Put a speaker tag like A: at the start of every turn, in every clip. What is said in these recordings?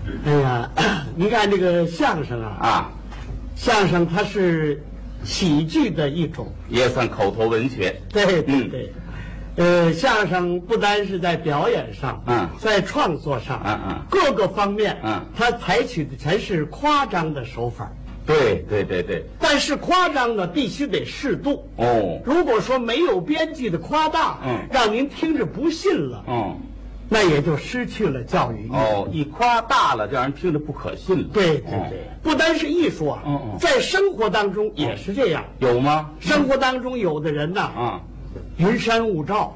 A: 您哎看这个相声啊，
B: 啊，
A: 相声它是喜剧的一种，
B: 也算口头文学。
A: 对对
B: 嗯
A: 对。呃，相声不单是在表演上，
B: 嗯
A: 在创作上，
B: 嗯嗯
A: 各个方面，
B: 嗯
A: 他采取的全是夸张的手法，
B: 对对对对，
A: 但是夸张呢必须得适度。
B: 哦，
A: 如果说没有边际的夸大，
B: 嗯
A: 让您听着不信了，
B: 嗯，
A: 那也就失去了教育意义。
B: 哦，一夸大了，让人听着不可信了。
A: 对对
B: 哦
A: 对，不单是艺术啊，
B: 嗯嗯
A: 在生活当中也是这样。
B: 有吗？
A: 生活当中有的人呐、
B: 啊，
A: 云山雾罩，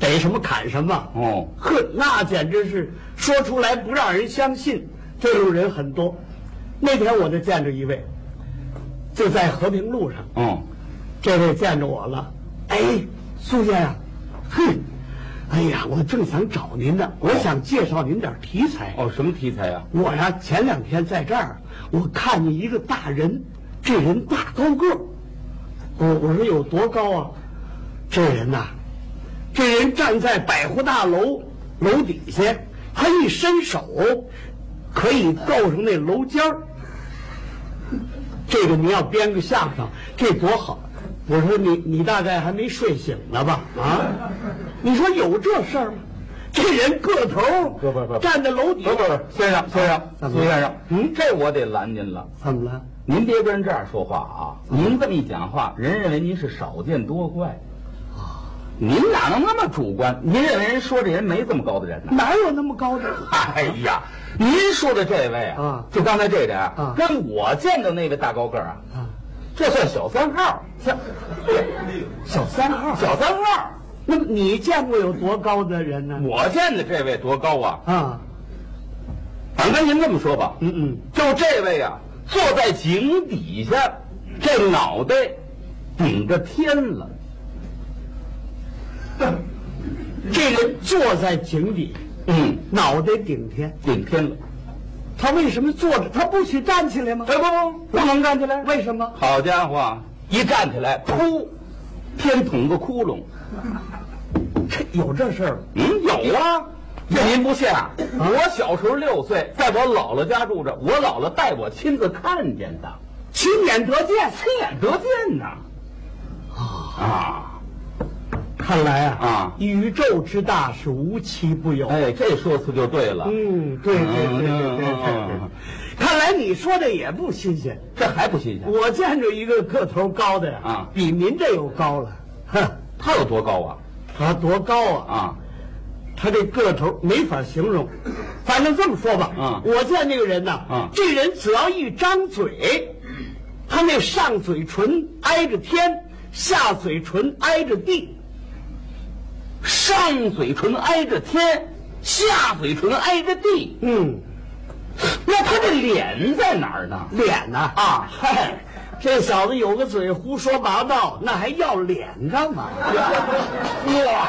A: 逮什么砍什么，
B: 哦，
A: 呵，那简直是说出来不让人相信。这种人很多。那天我就见着一位，就在和平路上，
B: 嗯，
A: 这位见着我了，哎，苏先生，哼，哎呀，我正想找您呢，我想介绍您点题材。
B: 哦，什么题材啊？
A: 我呀，前两天在这儿，我看见一个大人，这人大高个儿。我我说有多高啊？这人呐、这人站在百货大楼楼底下，他一伸手，可以够上那楼尖儿。这个你要编个相声，这多好！我说你你大概还没睡醒呢吧？啊，你说有这事儿吗？这人个头
B: 不不不
A: 站在楼底下
B: 不不不，先生先生，
A: 怎
B: 苏
A: 么了
B: 先生，嗯，这我得拦您了。
A: 怎么了？
B: 您别跟人这样说话啊！
A: 嗯
B: 您这么一讲话，人认为您是少见多怪。
A: 啊
B: 您哪能那么主观？您认为人说这人没这么高的人呢？
A: 哪有那么高的？
B: 哎呀，您说的这位
A: 啊
B: 就刚才这人
A: 啊
B: 跟我见的那位大高个儿啊，
A: 啊，
B: 这算小三号，小
A: 小三号。
B: 小三号。
A: 那么你见过有多高的人呢？
B: 我见的这位多高啊？
A: 啊，
B: 咱跟您这么说吧，
A: 嗯嗯，
B: 就这位啊，坐在井底下，这脑袋顶着天了。
A: 这人坐在井底，
B: 嗯，
A: 脑袋顶天，
B: 顶天了。
A: 他为什么坐着？他不许站起来吗？
B: 哎不不，不能站起来。
A: 为什么？
B: 好家伙啊，一站起来，噗，天捅个窟窿。
A: 这有这事儿吗？
B: 嗯，有啊。这您不信啊？我小时候六岁，在我姥姥家住着，我姥姥带我亲自看见的，
A: 亲眼得见，
B: 亲眼得见呐。啊，
A: 看来啊
B: 啊
A: 宇宙之大是无奇不有。
B: 哎，这说辞就对了。
A: 嗯，对对对对对对对
B: 嗯嗯嗯
A: 看来你说的也不新鲜。
B: 这还不新鲜？
A: 我见着一个个头高的呀，
B: 啊
A: 比您这又高了。哼，
B: 他有多高啊？
A: 他多高啊？
B: 啊，
A: 他这个头没法形容，反正这么说吧，
B: 嗯
A: 我见那个人呐，
B: 嗯
A: 这人只要一张嘴，他那上嘴唇挨着天，下嘴唇挨着地，
B: 上嘴唇挨着天，下嘴唇挨着地。
A: 嗯，
B: 那他这脸在哪儿呢？
A: 脸呐
B: 啊
A: 嗨，这小子有个嘴 胡说八道，那还要脸干嘛？
B: 我呀，